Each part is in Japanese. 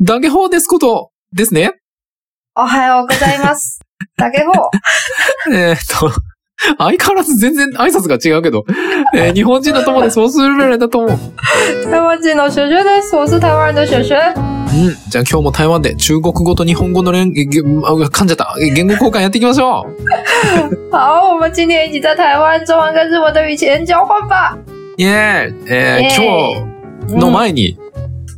ダゲホーですこと、ですね。おはようござい ます。だけほう。えーっと、 相変わらず全然挨拶が違うけど、えー日本人の友です。そうするぐらいだと思う。台湾人の雪雪です。我是台湾人的雪雪。うん。じゃあ今日も台湾で中国語と日本語の連、えげあ噛んじゃった。え言語交換やっていきましょう。好，我们今天一起在台湾中文跟日文的语言交换吧。イェーイえーイェー今日の前に、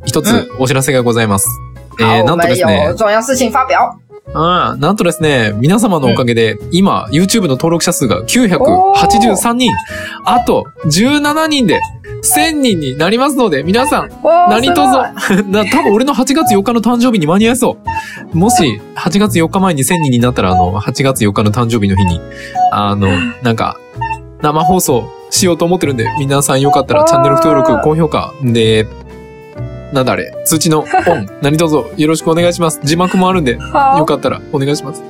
一つお知らせがございます。えー嗯好，な我んと们ですね有、重要事情发表。あーなんとですね、皆様のおかげで、今、YouTube の登録者数が983人、あと17人で1000人になりますので、皆さん、哇何卒什么 な多分俺の8月4日の誕生日に間に合いそう。もし、8月4日前に1000人になったら、あの、8月4日の誕生日の日に、あの、なんか、生放送しようと思ってるんで、皆さんよかったらチャンネル登録、高評価、で、なんだあれ、通知のオ ン、何卒よろしくお願いします。字幕もあるんで、よ好，かったらお願いします。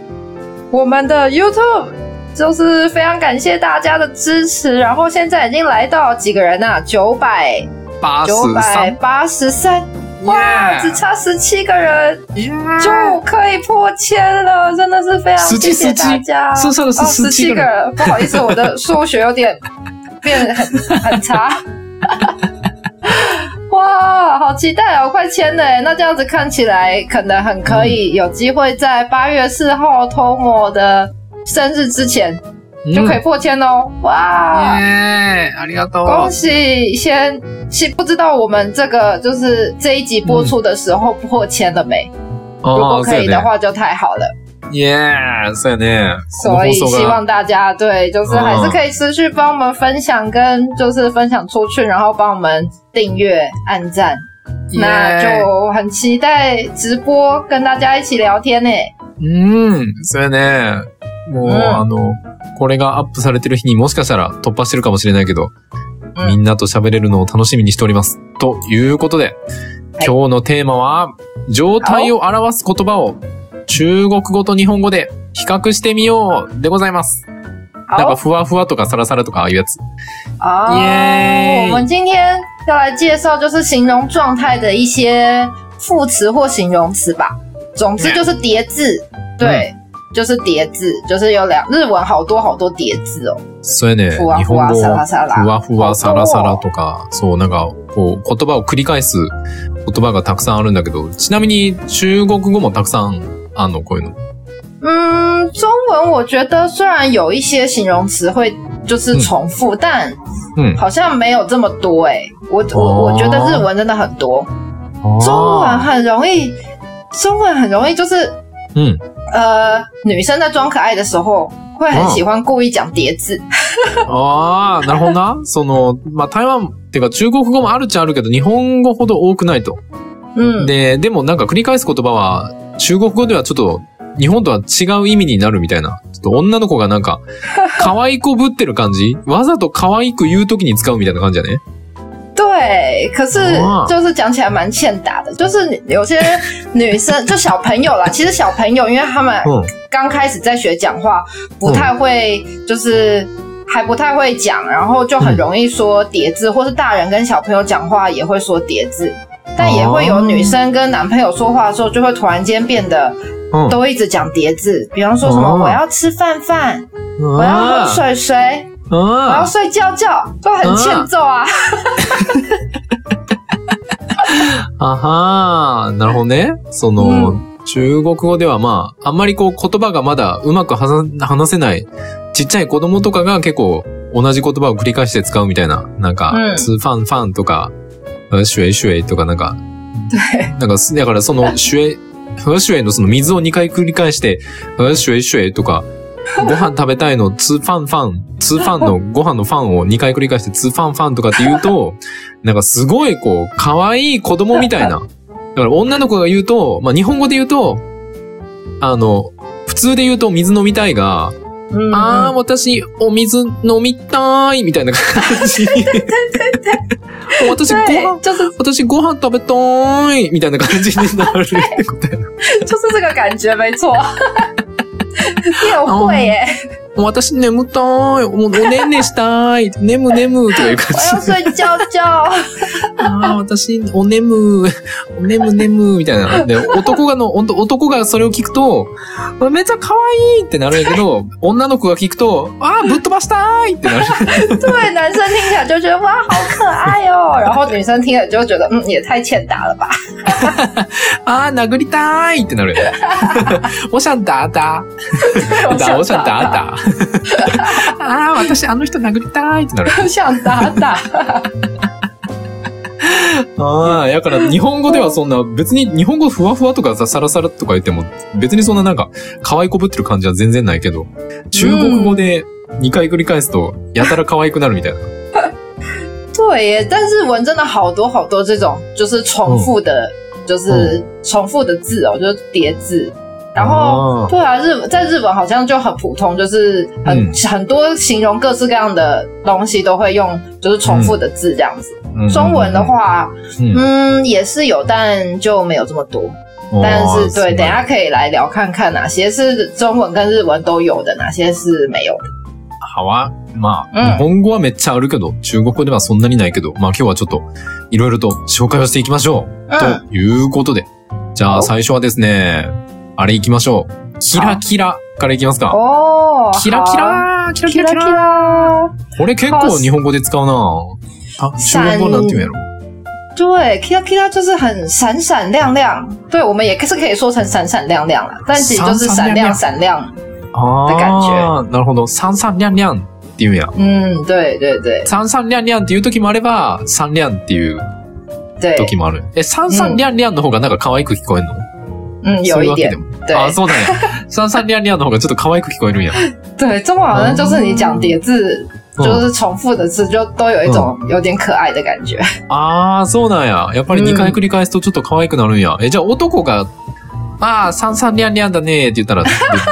我们的 YouTube 就是非常感谢大家的支持，然后现在已经来到几个人呐、啊？九百八九十百三。八十三，哇，只差十七个人就可以破千了，真的是非常谢谢大家。剩下的是哦十七个17个人。人，不好意思，我的数学有点变很 很差。哇，好期待哦！快签了耶，那这样子看起来可能很可以有机会在八月四号 Tomo 的生日之前就可以破千哦！哇，嗯耶ありがと恭喜！先先不知道我们这个就是这一集播出的时候破千了没？哦如果可以的ね。话就太好了。イエーそうやね。所以希望大家对，就是还是可以持续帮我们分享，跟就是分享出去，然后帮我们订阅、按赞。那就很期待直播跟大家一起聊天呢。うん、そうやね。もう、うんあの、これがアップされてる日にもしかしたら突破してるかもしれないけど、うんみんなと喋れるのを楽しみにしております。ということで、はい今日のテーマは、状態を表す言葉を中国語と日本語で比較してみようでございます。なん好か、ふわふわとかサラサラとかああいうやつ。啊耶我们今天要来介绍就是形容状态的一些副词或形容词吧。总之就是叠字，对，就是叠字，就是有两日文好多好多叠字哦。そうやね。日ふわふ本わ語サラサラふわふわ、サラサラ音とか、そう、なんか、こう、言葉を繰り返す言葉がたくさんあるんだけど、ちなみに中国語もたくさんあんの、こういうの。嗯，中文我觉得虽然有一些形容词会就是重复，但嗯好像没有这么多哎、我哦我我觉得日文真的很多，中文很容易，中文很容易就是うん。呃，女生在装可爱的时候会很喜欢故意讲叠字，ああ、なるほどな。 その、まあ、台湾っていうか中国語もあるっちゃあるけど、日本語ほど多くないと。嗯，で、でもなんか繰り返す言葉は、中国語ではちょっと、日本とは違う意味になるみたいな。ちょっと女の子がなんか、可愛くぶってる感じわざと可愛く言うときに使うみたいな感じだね。对，可是哦就是讲起来蛮欠打的，就是有些女生就小朋友啦，其实小朋友因为他们うん。刚开始在学讲话，不太会，就是还不太会讲，然后就很容易说叠字，或是大人跟小朋友讲话也会说叠字，但也会有女生跟男朋友说话的时候，就会突然间变得うん。都一直讲叠字，比方说什么哦我要吃饭饭，我要喝あ水水，あ我要睡觉觉，就很欠揍啊。あはー、なるほどね。その、中国語ではまあ、あんまりこう言葉がまだうまく話話せない、ちっちゃい子供とかが結構同じ言葉を繰り返して使うみたいな、なんうか、んつ、ファンファンとか、呃シュエシュエとかなん か、なんか、だからその、シュエ、和シュエのその水を2回繰り返して、和シュエシュエとか、ご飯食べたいの、つファンファン、つファンのご飯のファンを2回繰り返して、つファンファンとかって言うと、 なんかすごいこう、可愛い子供みたいな。だから女の子が言うと、まあ日本語で言うと、あの、普通で言うと水飲みたいが、嗯あー私お水飲みたいみたいな感じ。私ご对，飯、就是私ご飯食べたいみたいな感じになる ってことやな。就是这个感觉，没错。你很会耶、私眠たい、もうおねんねしたい、眠眠とかいう感我要じ。睡觉觉。 ああ、私、おねむ、おねむねむ、みたいな。で、男がの、おんと男がそれを聞くと、めっちゃ可愛いってなるんやけど、女の子が聞くと、ああ、ぶっ飛ばしたいってなる。对，男生听起来就觉得哇，好可爱哦， 然后女生听了就觉得嗯，也太欠打了吧。ああ、殴りたいってなる。我想打打。 我打、我想打打。ああ、私、あの人殴りたいってなる。打， 想打打。ああ、やから日本語ではそんな、別に日本語ふわふわとかさ、サラサラとか言っても、別にそんななんか、可愛いこぶってる感じは全然ないけど、中国語で2回繰り返すと、やたら可愛くなるみたいな。对耶，但是文真的好多好多这种就是重复的，就是重复的字哦，就是叠字。然后，あ对啊，日在日本好像就很普通，就是很、嗯很多形容各式各样的东西都会用，就是重复的字这样子。ー中文的，话，うんうん嗯，也是有，但就没有这么多。うん但是あ对，ー等一下可以来聊看看哪些是中文跟日文都有的，哪些是没有的。はは、まうあ、ん日本語はめっちゃあるけど、中国語ではそんなにないけど、まあ今日はちょっと、いろいろと紹介をしていきましょう。嗯，ということで、じゃあ最初はですね、あれいきましょう。キラキラからいきますか。哦，キラキラーキラ好，キキララキキララ，これ結構日本語で使うなあ、中国語なんて言うんやろ对，kira kira 就是很闪闪亮亮，对我们也是可以说成闪闪亮亮啦，但其实就是闪亮闪亮。って感じあー、なるほど。サンサンリャンリャンって言うんや。嗯，对对对サンサンリャンリャンっていう時もあれば、サンリャンっていう对，時もある。え、サンサンリャンリャンの方がなんか可愛く聞こえるの嗯，有そう一点いうわけでも。对あ、そうなん や。サンサンリャンリャンの方がちょっと可愛く聞こえるんや。对，中文好像就是你讲叠字，うん就是重复的字，就都有一种有点可爱的感觉。あー、そうなんや。やっぱり2回繰り返すとちょっと可愛くなるんや。え、じゃあ男が、あー、サンサンリャンリャンだねーって言ったら、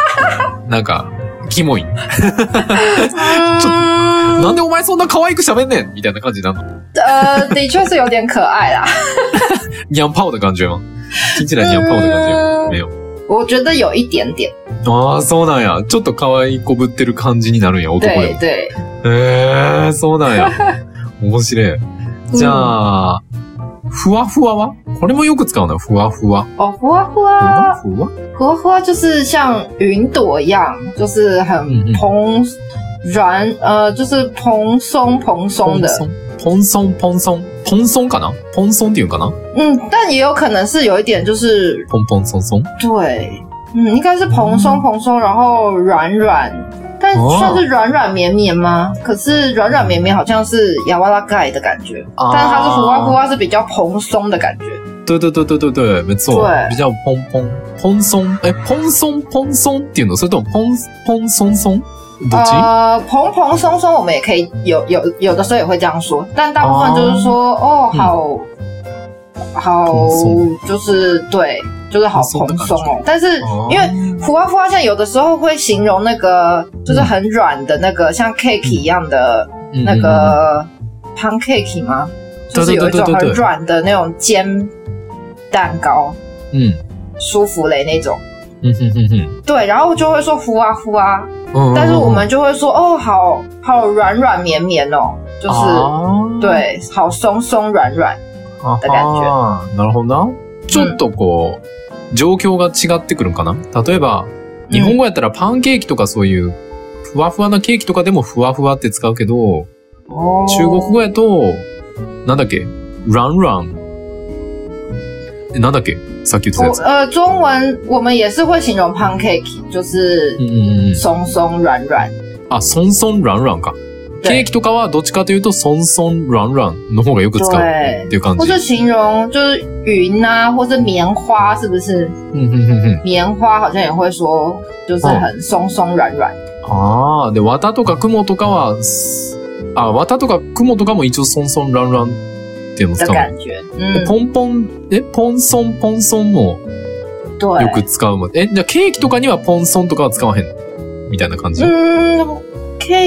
なんか、キモい。嗯なんでお前そんな可愛く喋んねんみたいな感じになるの 呃，的确是有点可爱啦。ニャンパオ的感觉吗听起来ニャンパオ的 感觉吗没有。嗯我觉得有一点点，ああ、そうなんや。ちょっと可愛いこぶってる感じになるんや、男で对も。对，へえー、そうなんや。面白い。じゃあ、ふわふわはこれもよく使うな、ふわふわ。哦，胡啊ふ胡わ，啊ふわ胡啊胡啊就是像云朵一样，就是嗯很嗯蓬软，呃，就是蓬松蓬松的，ポンソン、ポンソン。ポンソンかなポンソンっていうんかな嗯，但也有可能是有一点就是ポンポンソンソン。对，嗯，应该是蓬松蓬松，然后软软。但哦算是软软绵绵吗？可是软软绵绵好像是雅瓦拉盖的感觉，あ但是它是胡啊胡啊是比较蓬松的感觉。对对对对对对，没错对，比较蓬蓬蓬松，哎，蓬松蓬松点的，所以这种蓬蓬松松，不急呃，蓬蓬松松，我们也可以有有有的时候也会这样说，但大部分就是说，哦，嗯好、好蓬，松就是对，就是好蓬松的蓬感松哦。但是哦因为浮啊浮啊，像有的时候会形容那个就是很软的那个，像 cake 一样的嗯那个 pancake 吗？对就是对有一对种对对很对软的那种煎蛋糕，嗯舒芙蕾那种。嗯嗯嗯嗯对，然后就会说浮啊浮啊，嗯，但是我们就会说哦，好好软软绵绵哦，就是、对，好松松软软。的感觉なるほどな。ちょっとこう状況が違ってくるんかな。例えば日嗯本語やったらパンケーキとかそういうふわふわなケーキとかでもふわふわって使うけど、哦中国語やとなんだっけ、ランラン。えなんだっけ、さっき言ってたや我つ。呃，中文我们也是会形容 pancake，就是うんうんうんうん。松松软软。あ、ソンソンランランか。ケー对，キとかはどっちかというと、ソンソンランランの方がよく使う对っていう感或じ。是形容就是云啊，或是棉花，是不是？うんうんうんうん棉花好像也会说，就是很松松软软。ああ、で、綿とか雲とかは、すあ、綿とか雲とかも一応ソンソンランランっていうのを使的うの。感觉，嗯で，ポンポン、え、ポンソンポンソンもよ对，く使うもん。え、じゃあケーキとかにはポンソンとかは使わへんのみたいな感じ。嗯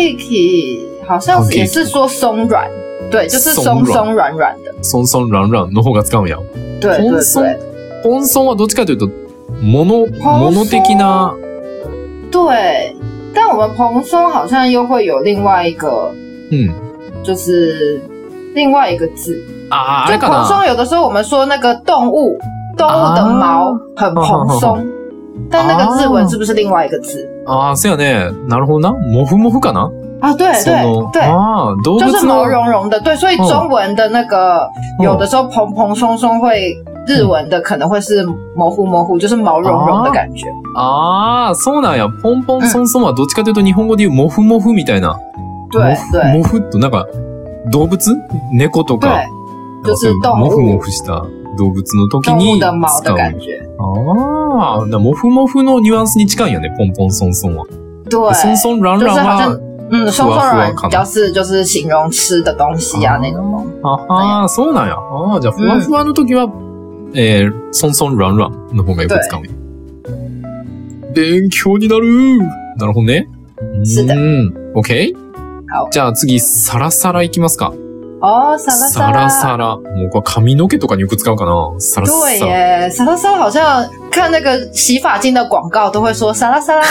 ，cake 好像是 Pancake 也是说松软，对，就是松松软松软软的。ソンソンランランの方が使うんや。对蓬对松对ポンソンはどっちかというと、もの、ソンもの的な、对，但我们蓬松好像又会有另外一个，うん。就是另外一个字，ああ、あ就れか蓬松な。有的时候我们说那个动物，动物的毛啊很蓬松，但那个日文是不是另外一个字ああ、そうやね。なるほどな。もふもふかな啊？对そ对の、对。ああ、動物就是毛の。茸茸的，对，所哦以中文的那个、嗯有的时候蓬蓬松松会，日文的可能会是模糊模糊，就是毛茸茸的感觉。哦ああ、そうなんや。ポンポンソンソンはどっちかというと日本語で言うもふもふみたいな。对对もふっと、なんか、動物猫とか。对，就是なんかそういうも動物ふもふした動物の時动物に的毛使的う。感觉。ああ、だもふもふのニュアンスに近いよね。ポンポンソンソンは。对，ソンソンラン就ラン是好像は。嗯，松松啊是啊软可能哦比较是就是形容吃的东西啊那种东西。ああ、そうなんや。ああ、じゃあ、うふんわふわの時は、えー、ソンソンランランの方がよくつかめる。勉強になるなるほどね。是的うん。OK? 好じゃあ次、サラサラいきますか。哦，沙拉サ沙ラ拉，サラ。もうこれ髪の毛とかによく使うかな。サラ对サラ。耶，沙拉沙拉好像看那个洗发精的广告都会说沙拉 沙拉，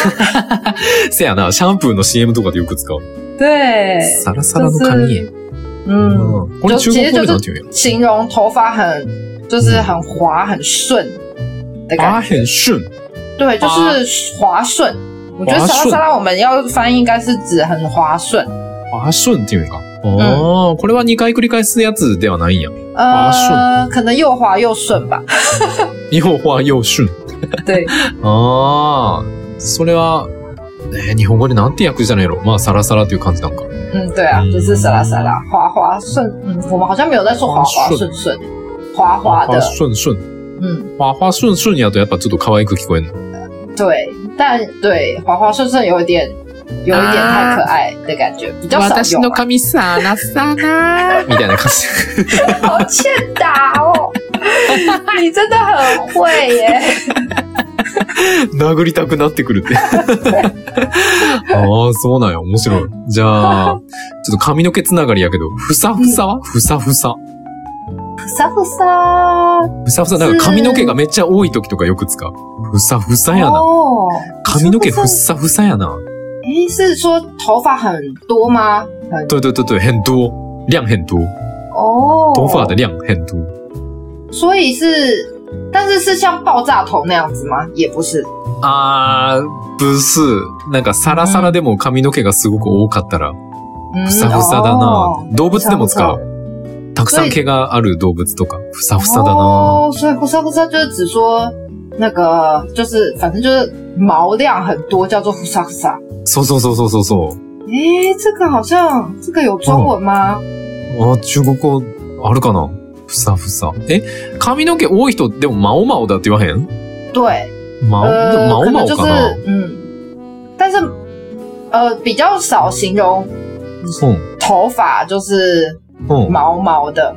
せやな、シャンプーの CM とかでよく使う。对，サラサラの髪へ。う嗯。んこれ中国語でなんて言うんや。形容头发很就是很滑很顺的あ感ーへんしゅん。觉，对，就是滑顺。我觉得沙拉沙拉我们要翻译应该是指很滑顺，あーしゅんっていうんか。ああ、これは2回繰り返すやつではないんや。滑呃，顺可能又滑又 顺吧。日本はよしゅん。对，ああ、それは、ね、日本語でなんて訳じゃないやろ。まあ、サラサラという感じなんか。嗯，对啊，就是沙拉沙拉滑滑顺，嗯，我们好像没有在说滑滑顺顺，滑滑的，シュンシュン。嗯，ファファシュンシュンやとやっぱちょっと可愛く聞こえるの。对，但对滑滑顺顺有一点有一点太可爱的感觉，比较少用啊，髪サラサラ。 みたいな感じ。好欠打哦，你真的很会耶。殴りたくなってくる って。ああ、そうなんや。面白い。じゃあ、ちょっと髪の毛つながりやけど、ふさふさはふさふさ。萨夫萨ふさふさ、なんか髪の毛がめっちゃ多い時とかよく使う。ふさふさやな。哦，髪の毛ふっさふさやな。诶，是说头发很多吗？很对对对对，很多，量很多，哦，头发的量很多。所以是，但是是像爆炸头那样子吗？也不是，あー、ブス。なんかサラサラでも髪の毛がすごく多かったら、嗯哦ふさふさだな。動物でも使ふう。たくさん毛がある動物とか、ふさふさだな。哦，所以胡萨胡萨就是指说那个，就是反正就是毛量很多，叫做胡萨胡萨。そうそうそうそうそうそう。诶，这个好像这个有中文吗？あー、中国語あるかなふさふさ。え、髪の毛多い人、でも、マオマオだって言わへん对，マオ、でも呃，マオ可マ能オ就是かな嗯，但是呃比较少形容うん。头发就是うん。毛毛的，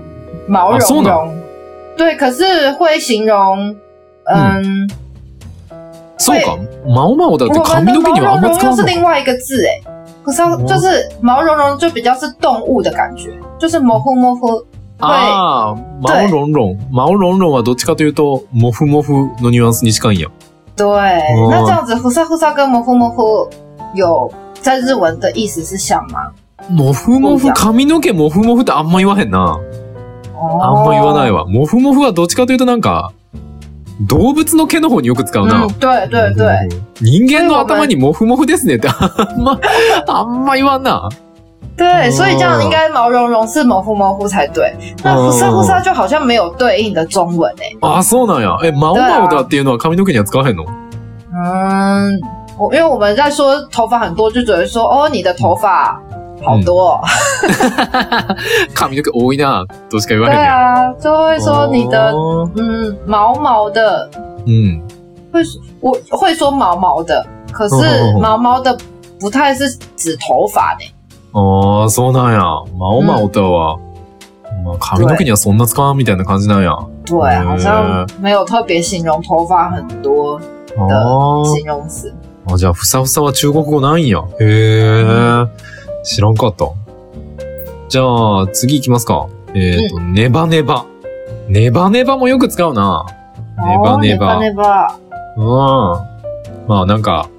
毛啊茸松的茸。对，可是会形容，嗯，そうか。マオマオだって我们髪的の毛毛にはあ茸んま茸使わ又是ない另外一个字哎，可是哦就是毛茸茸就比较是动物的感觉，就是模糊模糊。ああ、マオロンロン。マオロンロンはどっちかというと、モフモフのニュアンスに近いんや。对，那这样子呼沙呼沙跟模糊模糊有在日文的意思是像吗？モフモそうじゃフ、ん髪の毛モフモフってあんま言わへんな。哦あんま言わないわ。モフモフはどっちかというとなんか、動物の毛の方によく使うな嗯。，对对对。モフモフ。人間の頭にモフモフですねってあんま、あんま言わんな。对，哦所以这样应该毛茸茸是模糊模糊才对。那哦胡沙胡沙就好像没有对应的中文欸诶、あ、そうなんや。え、マオマオだっていうのは髪の毛には使わへんの嗯，我因为我们在说头发很多，就只会说哦，你的头发好多哦。髪の毛多いな。どっちか言わ对へんや。啊，就会哦说你的あー嗯毛毛的，うん。会说我会说毛毛的，可是哦哦哦毛毛的不太是指头发呢、ああ、そうなんや。まおまおとは、まあ髪の毛にはそんな使わんみたいな感じなんや。あ对，好像没有特别形容头发很多ー形容词。あ。じゃあ、ふさふさは中国語ないんや。へえ。知らんかった。じゃあ、次行きますか。えっと、ネバネバ。ネバネバもよく使うな。ネバネ哦バ。ネバ，うん。まあ、なんか、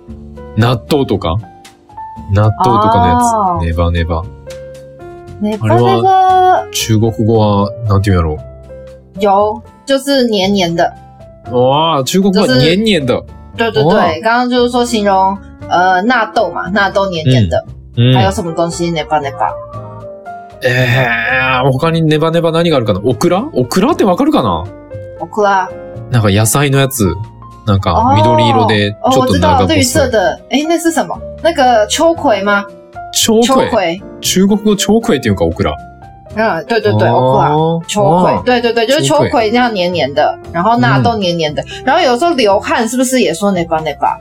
納豆とか、納豆とかのやつ。ネバネバ。那あ个れ那は个中国語は、なんて言うんや油就是黏黏的，ろう。わあ、中国語は就是黏黏的。对对哦对，刚刚就是说形容呃纳豆嘛，纳豆黏黏的，うん还。有什么东西？那吧那吧，えー、他にネバネバ何があるかなオクラオクラってわかるかな我哭啦！なんか野菜のやつ。なんか緑色で、哦，ちょ我っと知長細道，绿い。色的，哎，那是什么？那个秋葵吗？超秋ク葵，中国語超クっていうか、オクラ。嗯，对对对，我哭あ啦！ー秋葵，对对对，就是哦秋秋葵葵这样黏黏的，然后纳嗯豆黏黏的，然后有时候流汗是不是也说那吧那吧？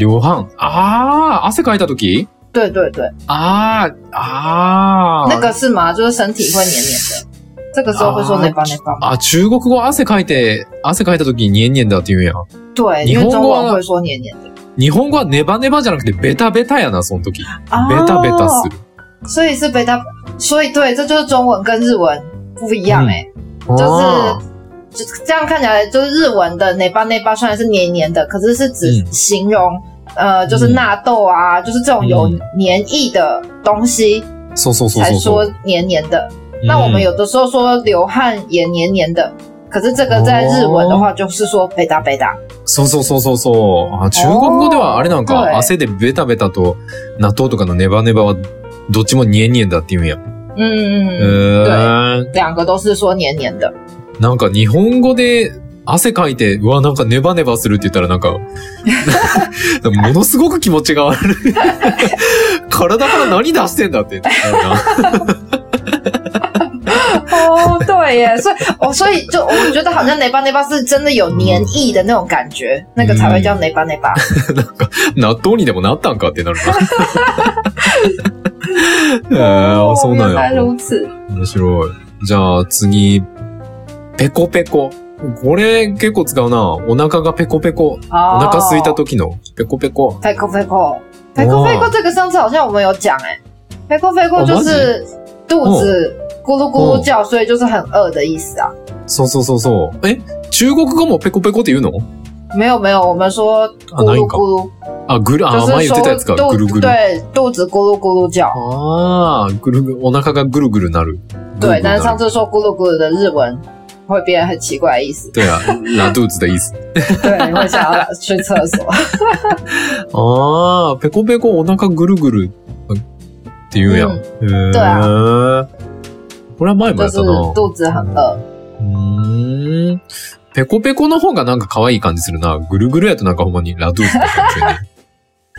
量販。あー、汗かいた時对对对，あー、あー。那个是吗？就是身体会黏黏的，这个时候会说啊那吧那吧吗？あ、中国語汗かいて、汗かいた時にニエンニエンだって言うんや。对，你因为烘中过文了会说黏黏的日本語はネバネバじゃなくてベタベタやな、その時。ベタベタする。哦所以是被他，所以对，这就是中文跟日文不一样嗯哎、あー就这样看起来，就是日文的那巴那巴虽然是黏黏的，可是是指嗯形容、呃，就是嗯纳豆啊，就是这种有嗯黏液的东西そうそうそう才そうそう。说黏黏的。嗯那我们有的时候说流汗也黏黏的，可是这个在日文的话就是说北达北达。そうそうそうそうそう。あ中国語ではあれなんおーはいか、汗でベタベタと納豆とかのネバネバはどっちもニエンニエンだって言うんや。嗯え嗯，ー、两个都是说黏黏的。なんか日本語で汗かいて、うわ、なんかネバネバするって言ったらなんか、 ものすごく気持ちが悪い。体から何出してんだって。哦，对耶，所以 哦，所以就我觉得好像那巴那巴是真的有黏液的那种感觉，那个才会嗯叫那巴那 巴。納豆にでもなったんかってな るな。えー、あ、そうなん哦原来や。如此。面白い。じゃあ次、ペコペコ。これ結構使うな。お腹がペコペコ。お哦腹空いた時のペコペコ。 f a k e f a k e f a k e f a k e 这个上次好像我们有讲哎、f a k e f a k e 哦就是肚子咕噜咕噜叫，所以就是很饿的意思啊。そうそうそうそう。え中国語もペコペコって言うの没有没有，我们说啊咕哪一噜个啊あ、咕ぐる、あ、噜，前就言って是たやつか。说ぐ肚るぐる。对肚子咕噜咕噜叫。哦ああ、ぐるぐる、お腹がぐるぐるなる。ぐるぐ对，るな但是上る。次说咕噜咕噜的日文会变很奇怪的 ，意思对啊，ラドゥーズでいいっす。对，会想要去厕所。ああ、ペコペコお腹ぐるぐるって言うやん。うへえ。ん对これは前も就やっ是たな。肚子很饿。うーん。ペコペコの方がなんか可愛い感じするな。ぐるぐるやとなんかほんまにラドゥーズの感じやね。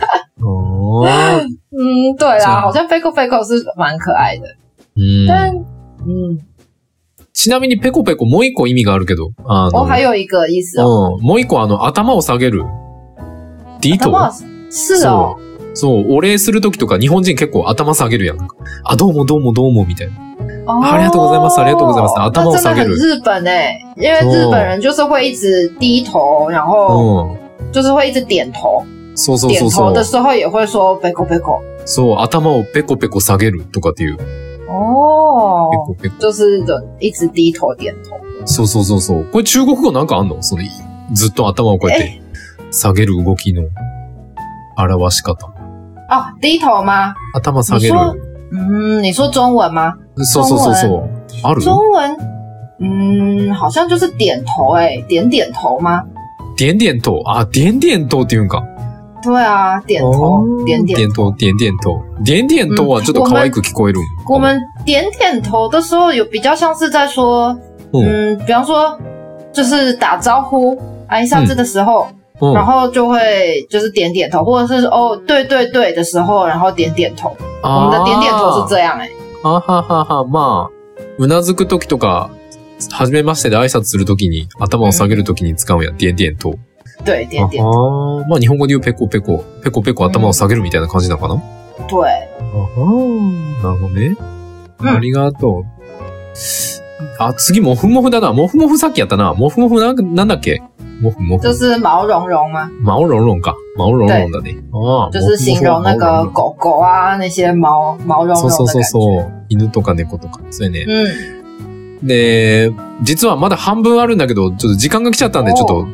ああ。嗯，对这啦，样好像 Faco Faco 是蛮可爱的，但うん嗯，ちなみにペコペコもう一個意味があるけど。あ我、の、哦还有一个意思哦，うん。もう一個あの、頭を下げる。ディー他ト们好是そ哦。う。そう、お礼するときとか日本人結構頭下げるやん。なんかあ、どうもどうもどうもみたいな。哦ありがとうございますありがとうございます那頭を真下的げ很る日本哎、因为日本人就是会一直低头，然后う就是会一直点头，ん。そうそうそ点うそ头的う。时候也会说 b e g o b e g o そう、頭をペコペコ下げるとかっていう。ペ哦，コペコ。就是这种一直低头点头。そうそうそうそう。これ中国語なんかあんのその、ずっと頭をこうやって下げる動きの表し方。哦，低头吗？頭下げる你。说嗯，你说中文吗？そうそうそうそう。ある中文，嗯，好像就是点头哎、点点头吗？点点頭。あ、点点頭っていうんか。对啊，点头，点点。点頭、点点頭。点点頭はちょっと可愛く聞こえる。我们点点头的时候，有比较像是在说うん。嗯，比方说就是打招呼，哎，上次的时う候，ん然后就会就是点点头，或者是哦，对对对的时候，然后点点头。啊我们的点点头是这样哎、あははは、まあ、うなずくときとか、はじめましてで挨拶するときに、頭を下げるときに使うんや、点々と。对，点点あはーまあ、日本語で言うペコペコ、ペコペコ頭を下げるみたいな感じなのかな、あ对，はーなるほどね。うんありがとう。あ、次、モフモフだな。モフモフさっきやったな。モフモフなんなんだっけモフモフ就。是毛茸茸嘛，毛茸茸か。毛茸茸だね。ああ、就是形容那毛个茸茸狗狗啊那些毛毛茸そうそうそう茸的感嗯觉。そう。犬とか猫とか。そうやね。嗯，で、実はまだ半分あるんだけど、ちょっと時間が来ちゃったんで、おちょっと、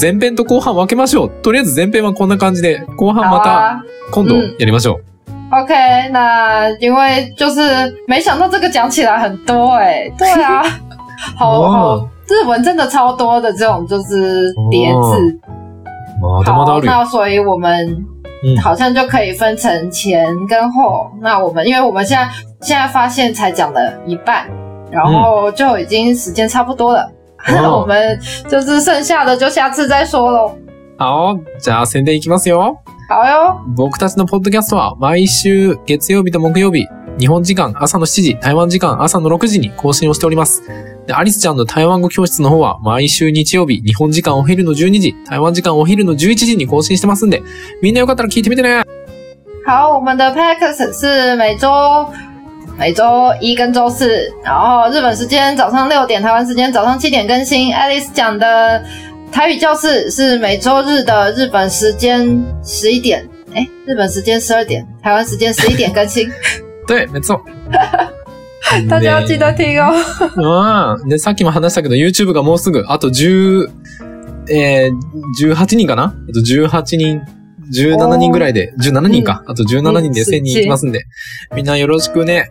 前編と後半分けましょう。とりあえず前編はこんな感じで、後半好ま啊た。今度嗯やりましょ OK，那因为就是没想到这个讲起来很多哎、对啊，好哦好，日文真的超多的这种就是叠字，う。まだまだあ好，るよ。那所以我们嗯好像就可以分成前跟后。那我们因为我们现在现在发现才讲了一半，然后就已经时间差不多了，那哦 我们就是剩下的就下次再说喽。好、じゃあ宣伝いきますよ。好哟。僕たちのポッドキャストは毎週月曜日と木曜日、日本時間朝の7時、台湾時間朝の6時に更新をしております。でアリスちゃんの台湾語教室の方は毎週日曜日、日本時間お昼の12時、台湾時間お昼の11時に更新してますんで、みんなよかったら聞いてみてね。好，我们的 Pax 是每周每周一跟周四，然后日本时间早上六点，台湾时间早上七点更新。Alice 讲的台语教室是每周日的日本时间十一点，哎，日本时间十二点，台湾时间十一点更新，对、没错。大家要记得听哦。うん。で、さっきも話したけど、YouTube がもうすぐ、あと10、えー、18人かなあと18人、17人ぐらいで、17人か。あと17人で1000人いきますんで、みんなよろしくね。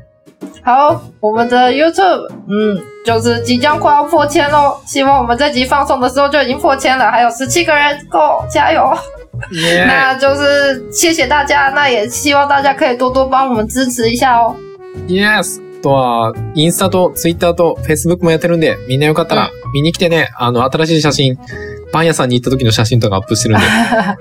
好，我们的 YouTube 嗯，就是即将快要破千喽，希望我们这集放送的时候就已经破千了，还有十七个人够，加油！ 那就是谢谢大家，那也希望大家可以多多帮我们支持一下哦。 Yes! あとは、インスタとツイッターと Facebook もやってるんで、みんなよかったら見に来てね。あの、新しい写真、パン屋さんに行った時の写真とかアップしてるん で、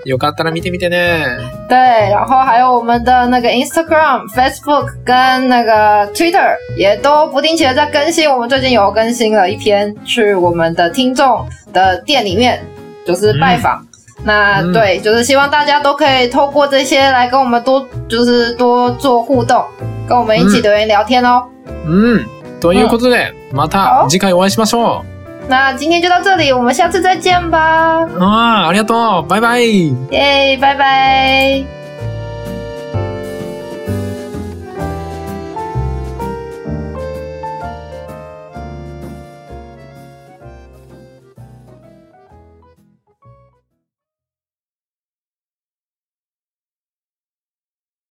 よかったら見てみてね。对，然后还有我们的那个 Instagram、Facebook 跟那个 Twitter 也都不定期的在更新，我们最近有更新了一篇去我们的听众的店里面，就是拜访。那嗯对，就是希望大家都可以透过这些来跟我们多，就是多做互动，跟我们一起嗯留言聊天哦。うん。ということで、また次回お会いしましょ那今天就到这里，我们下次再见吧，う。ああ、ありがとう。バイバイ。耶，拜拜。